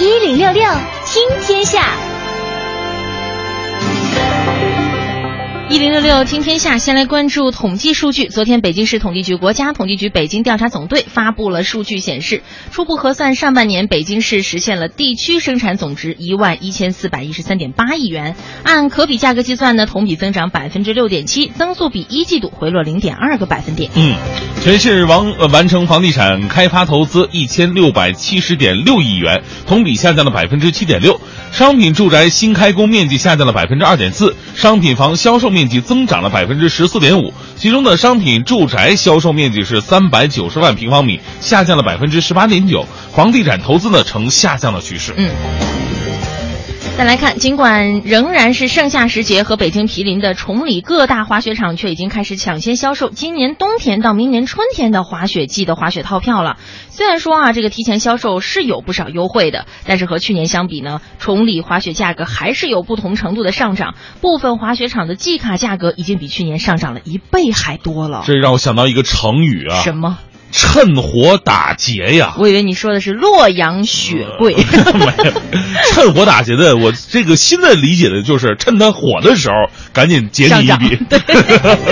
六六听天下，一零六六听天下，先来关注统计数据。昨天，北京市统计局、国家统计局北京调查总队发布了数据，显示，初步核算上半年北京市实现了地区生产总值一万一千四百一十三点八亿元，按可比价格计算呢，同比增长百分之六点七，增速比一季度回落零点二个百分点。嗯，全市完、呃、完成房地产开发投资一千六百七十点六亿元，同比下降了百分之七点六。商品住宅新开工面积下降了百分之二点四，商品房销售面积增长了百分之十四点五，其中的商品住宅销售面积是三百九十万平方米，下降了百分之十八点九。房地产投资呢呈下降的趋势。嗯。再来看，尽管仍然是盛夏时节，和北京毗邻的崇礼各大滑雪场却已经开始抢先销售今年冬天到明年春天的滑雪季的滑雪套票了。虽然说啊，这个提前销售是有不少优惠的，但是和去年相比呢，崇礼滑雪价格还是有不同程度的上涨。部分滑雪场的季卡价格已经比去年上涨了一倍还多了。这让我想到一个成语啊，什么？趁火打劫呀！我以为你说的是洛阳雪 柜。没有，趁火打劫的，我这个新的理解的就是趁它火的时候赶紧劫你一笔。对，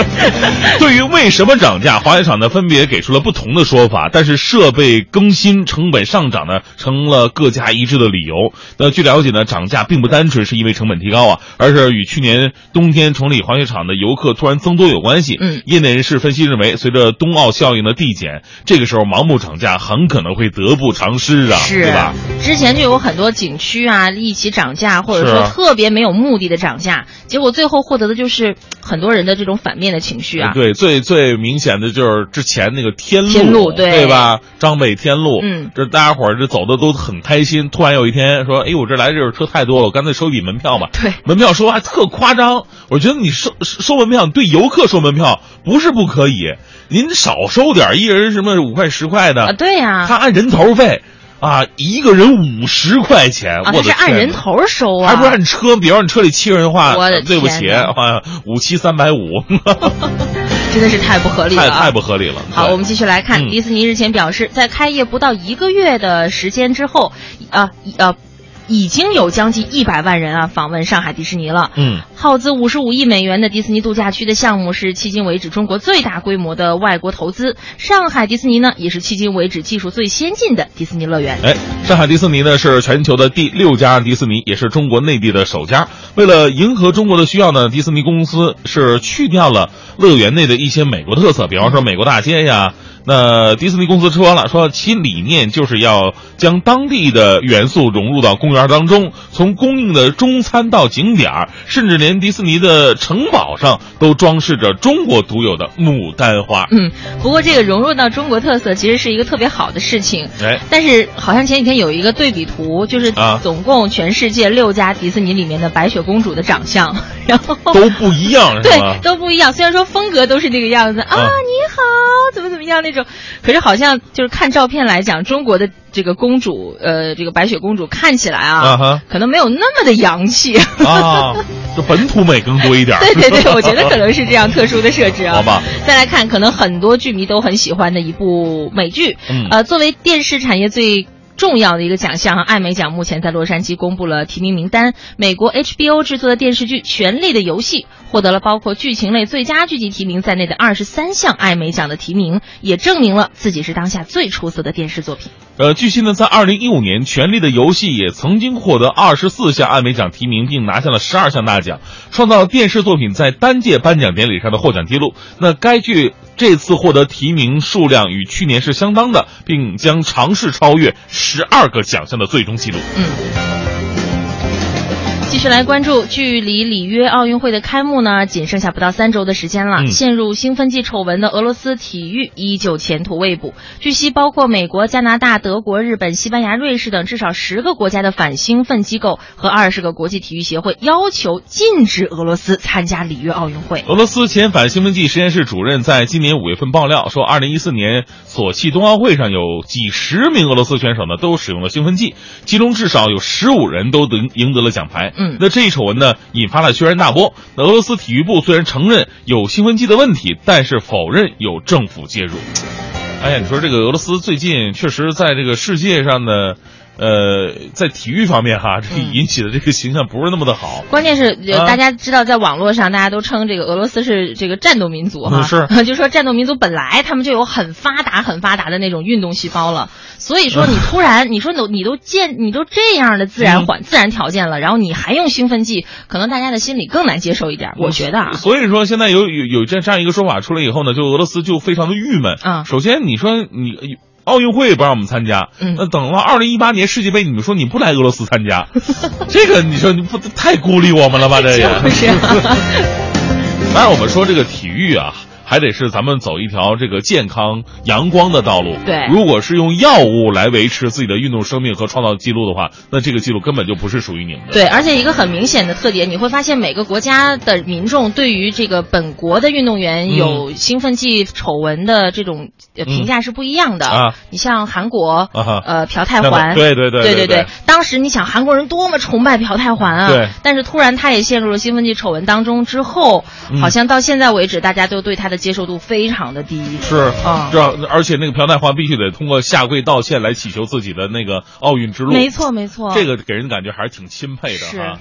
对于为什么涨价，滑雪场呢分别给出了不同的说法，但是设备更新成本上涨呢成了各家一致的理由。那据了解呢，涨价并不单纯是因为成本提高啊，而是与去年冬天崇礼滑雪场的游客突然增多有关系。嗯，业内人士分析认为，随着冬奥效应的递减。这个时候盲目涨价，很可能会得不偿失啊，是对吧？之前就有很多景区啊一起涨价，或者说是特别没有目的的涨价，结果最后获得的就是很多人的这种反面的情绪啊。呃对，最最明显的就是之前那个天路，天路对对吧？张北天路，嗯，这大家伙儿这走的都很开心。突然有一天说，哎，我这来这儿车太多了，我干脆收一笔门票吧。对门票收还特夸张，我觉得你收收收门票，你对游客收门票不是不可以，您少收点儿，一人什么五块十块的，啊，对呀、他按人头费啊，一个人五十块钱，啊，我他的是按天人呐头收啊，还不是按车，比方你车里七个人的话，我的对不天起，哪啊，五七三 百五，真的是太不合理了、太啊，太不合理了。好，对我们继续来看，嗯迪士尼日前表示，在开业不到一个月的时间之后，啊呃，已经有将近一百万人啊访问上海迪士尼了。嗯，耗资五十五亿美元的迪士尼度假区的项目是迄今为止中国最大规模的外国投资。上海迪士尼呢，也是迄今为止技术最先进的迪士尼乐园。哎，上海迪士尼呢是全球的第六家迪士尼，也是中国内地的首家。为了迎合中国的需要呢，迪士尼公司是去掉了乐园内的一些美国特色，比方说美国大街呀。那迪士尼公司说了，说其理念就是要将当地的元素融入到公园当中，从供应的中餐到景点儿，甚至连迪士尼的城堡上都装饰着中国独有的牡丹花。嗯，不过这个融入到中国特色其实是一个特别好的事情。哎，但是好像前几天有一个对比图，就是啊总共全世界六家迪士尼里面的白雪公主的长相，然后都不一样是吗对？都不一样。虽然说风格都是那个样子啊，啊你好，怎么怎么样那种，可是好像就是看照片来讲，中国的这个公主，呃，这个白雪公主看起来啊，啊哈可能没有那么的洋 气。啊，这本土美更多一点儿。对对对，我觉 得可能是这样特殊的设置啊。好吧。再来看，可能很多剧迷都很喜欢的一部美剧，嗯呃，作为电视产业最。重要的一个奖项，啊艾美奖目前在洛杉矶公布了提名名单。美国 HBO 制作的电视剧《权力的游戏》获得了包括剧情类最佳剧集提名在内的二十三项艾美奖的提名，也证明了自己是当下最出色的电视作品。呃，据悉呢，在二零一五年，《权力的游戏》也曾经获得二十四项艾美奖提名，并拿下了十二项大奖，创造了电视作品在单届颁奖典礼上的获奖记录。那该剧这次获得提名数量与去年是相当的，并将尝试超越十二个奖项的最终记录。嗯。继续来关注，距离里约奥运会的开幕呢，仅剩下不到三周的时间了。嗯陷入兴奋剂丑闻的俄罗斯体育依旧前途未卜。据悉，包括美国、加拿大、德国、日本、西班牙、瑞士等至少十个国家的反兴奋机构和二十个国际体育协会要求禁止俄罗斯参加里约奥运会。俄罗斯前反兴奋剂实验室主任在今年五月份爆料说，二零一四年索契冬奥会上有几十名俄罗斯选手呢都使用了兴奋剂，其中至少有十五人都得赢得了奖牌。嗯那这一丑闻呢引发了轩然大波。那俄罗斯体育部虽然承认有兴奋剂的问题，但是否认有政府介入。哎呀，你说这个俄罗斯最近确实在这个世界上的呃，在体育方面哈，这嗯引起的这个形象不是那么的好。关键是、呃啊大家知道，在网络上大家都称这个俄罗斯是这个战斗民族哈，嗯是 就说战斗民族本来他们就有很发达、很发达的那种运动细胞了，所以嗯说你突然、你说你都你都见你都这样的自然嗯环、自然条件了，然后你还用兴奋剂，可能大家的心里更难接受一点，我觉得啊， 所以说现在有有有这这样一个说法出来以后呢，就俄罗斯就非常的郁闷。嗯首先你说你奥运会不让我们参加，嗯那等到二零一八年世界杯，你们说你不来俄罗斯 参加，这个你说你不太孤立我们了吧？这也 就是当然，我们说这个体育啊，还得是咱们走一条这个健康、阳光的道路。对如果是用药物来维持自己的运动生命和创造记录的话，那这个记录根本就不是属于你们的。对，而且一个很明显的特点，你会发现每个国家的民众对于这个本国的运动员嗯有兴奋剂丑闻的这种呃评价是不一样的。啊你像韩国，啊哈呃，朴泰那么桓，对对对对对对当时你想韩国人多么崇拜朴泰桓啊，对但是突然他也陷入了兴奋剂丑闻当中之后，嗯好像到现在为止，大家都对他的接受度非常的低。是啊这样而且那个朴泰桓必须得通过下跪道歉来祈求自己的那个奥运之路。没错，没错，这个给人感觉还是挺钦佩的是哈。